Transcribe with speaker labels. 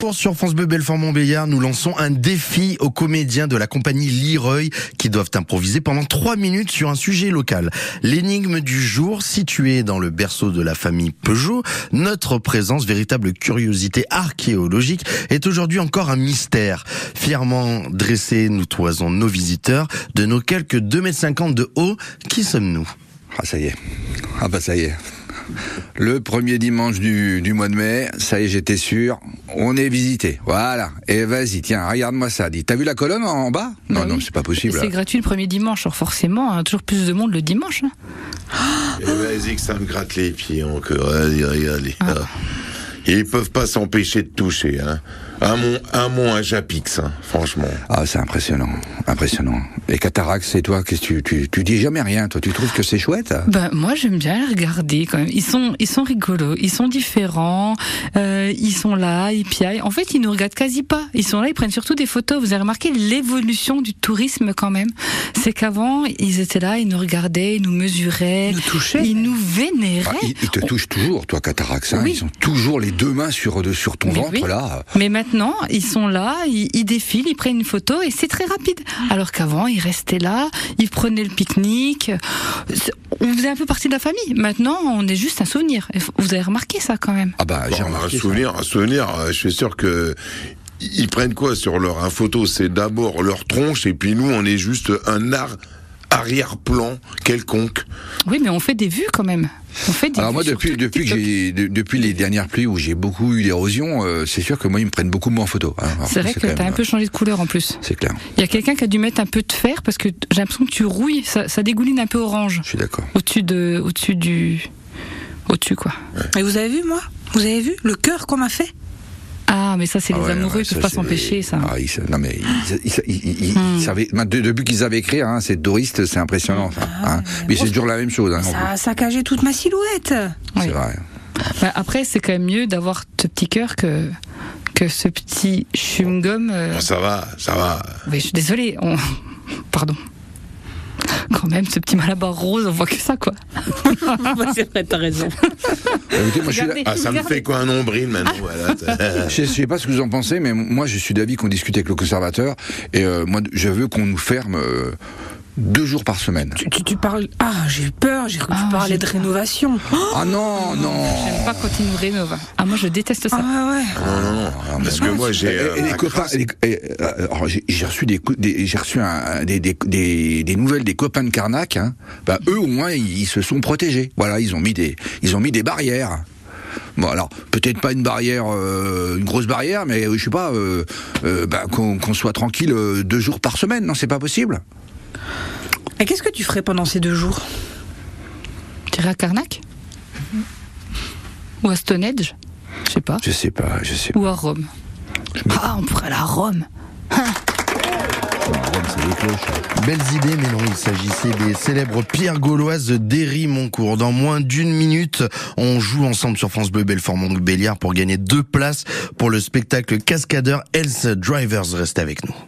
Speaker 1: Pour sur France Bleu Belfort Montbéliard, nous lançons un défi aux comédiens de la compagnie Lireuil qui doivent improviser pendant trois minutes sur un sujet local. L'énigme du jour, située dans le berceau de la famille Peugeot, notre présence, véritable curiosité archéologique, est aujourd'hui encore un mystère. Fièrement dressés, nous toisons nos visiteurs de nos quelques 2,50 m de haut. Qui sommes-nous
Speaker 2: Ah ça y est. Ah bah ça y est. Le premier dimanche du, du mois de mai, ça y est, j'étais sûr, on est visité. Voilà. Et vas-y, tiens, regarde-moi ça. Dis, t'as vu la colonne en, en bas Non,
Speaker 3: Bah
Speaker 2: non,
Speaker 3: oui.
Speaker 2: c'est pas possible.
Speaker 3: C'est gratuit le premier dimanche, alors forcément, hein, toujours plus de monde le dimanche. hein.
Speaker 4: Et Eh ben, vas-y que ça me gratte les pieds encore. Allez, regardez. Ah. Ils peuvent pas s'empêcher de toucher. Hein. Un mont, un mont à Japix, hein, franchement.
Speaker 2: Ah, c'est impressionnant, impressionnant. Les cataractes, c'est toi, qu'est-ce que tu, tu, tu dis jamais rien, toi, tu trouves que c'est chouette hein
Speaker 3: Ben, moi, j'aime bien les regarder quand même. Ils sont, ils sont rigolos, ils sont différents, euh, ils sont là, ils piaillent. En fait, ils nous regardent quasi pas. Ils sont là, ils prennent surtout des photos. Vous avez remarqué l'évolution du tourisme quand même. C'est qu'avant, ils étaient là, ils nous regardaient, ils nous mesuraient,
Speaker 2: touchaient
Speaker 3: ils nous vénéraient.
Speaker 2: Ah, ils, ils te touchent toujours, toi, cataractes. hein.
Speaker 3: Oui.
Speaker 2: Ils ont toujours les deux mains sur, de- sur ton
Speaker 3: Mais
Speaker 2: ventre,
Speaker 3: oui.
Speaker 2: là.
Speaker 3: Mais maintenant, ils sont là, ils, ils défilent, ils prennent une photo et c'est très rapide. Alors qu'avant, ils restaient là, ils prenaient le pique-nique. C'est- On faisait un peu partie de la famille. Maintenant, on est juste un souvenir. Et f- Vous avez remarqué ça quand même
Speaker 2: Ah bah, j'ai
Speaker 4: Bon, un
Speaker 2: remarqué. ça.
Speaker 4: souvenir, un souvenir, euh, je suis sûr que. Ils prennent quoi sur leur un photo C'est d'abord leur tronche et puis nous on est juste un art arrière-plan quelconque.
Speaker 3: Oui, mais on fait des vues quand même. On fait des
Speaker 2: Alors
Speaker 3: vues
Speaker 2: moi
Speaker 3: sur
Speaker 2: depuis
Speaker 3: tout le
Speaker 2: depuis que
Speaker 3: TikTok.
Speaker 2: j'ai de- depuis les dernières pluies où j'ai beaucoup eu d'érosion, euh, c'est sûr que moi ils me prennent beaucoup moins en photo. hein. Alors,
Speaker 3: C'est vrai que
Speaker 2: quand
Speaker 3: t'as
Speaker 2: même, euh,
Speaker 3: un peu changé de couleur en plus.
Speaker 2: C'est clair.
Speaker 3: Il y a quelqu'un qui a dû mettre un peu de fer parce que t- j'ai l'impression que tu rouilles, ça, ça dégouline un peu orange
Speaker 2: Je suis d'accord.
Speaker 3: au-dessus de, au-dessus du, au-dessus quoi.
Speaker 5: Et vous avez vu, moi Vous avez vu le cœur qu'on m'a fait
Speaker 3: Ah, mais ça c'est
Speaker 2: Ah
Speaker 3: les
Speaker 2: ouais,
Speaker 3: amoureux,
Speaker 2: ouais,
Speaker 3: ils
Speaker 2: ça,
Speaker 3: peuvent pas
Speaker 2: c'est-
Speaker 3: s'empêcher ça. Hmm.
Speaker 2: Ah, ils sa- non mais ils, ils- ils- ils- ils savaient- maintenant, de- depuis qu'ils avaient écrit, hein, c'est touriste, c'est impressionnant. ça,
Speaker 3: Ah,
Speaker 2: hein. Mais c'est toujours la même chose. hein, en
Speaker 5: Ça a saccagé toute ma silhouette.
Speaker 2: plus.
Speaker 3: Oui.
Speaker 2: C'est vrai.
Speaker 3: Bah, après, c'est quand même mieux d'avoir ce petit cœur que, que ce petit chewing-gum. euh,
Speaker 4: Bon, ça va, ça va.
Speaker 3: Oui, je suis désolée. on- Pardon. Quand même, ce petit malabar rose, on voit que ça, quoi.
Speaker 5: Ah, bah, c'est vrai, t'as raison.
Speaker 2: Écoutez, moi, je suis
Speaker 3: Regardez.
Speaker 4: Ah, ça me
Speaker 3: Regardez.
Speaker 4: fait quoi un nombril maintenant voilà,
Speaker 2: là- je sais pas ce que vous en pensez, mais moi je suis d'avis qu'on discute avec le conservateur et euh, moi je veux qu'on nous ferme euh, deux jours par semaine.
Speaker 5: Tu, tu- tu parles. Ah, j'ai eu peur, j'ai cru que
Speaker 3: Ah,
Speaker 5: tu
Speaker 3: j'ai
Speaker 5: parlais de
Speaker 3: peur.
Speaker 5: rénovation. Oh,
Speaker 2: Ah non, non.
Speaker 3: J'aime pas quand il nous rénove. Ah, moi, je déteste ça.
Speaker 5: ah ouais, ouais.
Speaker 4: Non, non, non. Parce que moi j'ai.
Speaker 2: Et-
Speaker 4: euh,
Speaker 2: et les
Speaker 4: ma
Speaker 2: copains,
Speaker 4: crasse-
Speaker 2: et les- et, euh, alors, j'ai j'ai reçu des, cou- des- j'ai reçu un- un- des, des, des- des nouvelles des copains de Carnac. hein. Bah, eux au moins ils, ils se sont protégés. Voilà, ils ont mis des, ils ont mis des barrières. Bon alors peut-être pas une barrière, euh, une grosse barrière, mais euh, je sais pas, euh, euh, bah, qu'on qu'on soit tranquille euh, deux jours par semaine, non c'est pas possible.
Speaker 5: Et qu'est-ce que tu ferais pendant ces deux jours
Speaker 3: Tu irais à Karnak Ou à Stonehenge Je sais pas.
Speaker 2: Je sais pas, je sais pas.
Speaker 3: Ou à Rome Ah, on pourrait aller à Rome.
Speaker 1: Belles idées, mais non, il s'agissait des célèbres pierres gauloises d'Héry-Moncourt. Dans moins d'une minute, on joue ensemble sur France Bleu Belfort Montbéliard pour gagner deux places pour le spectacle cascadeur Health Drivers. Restez avec nous.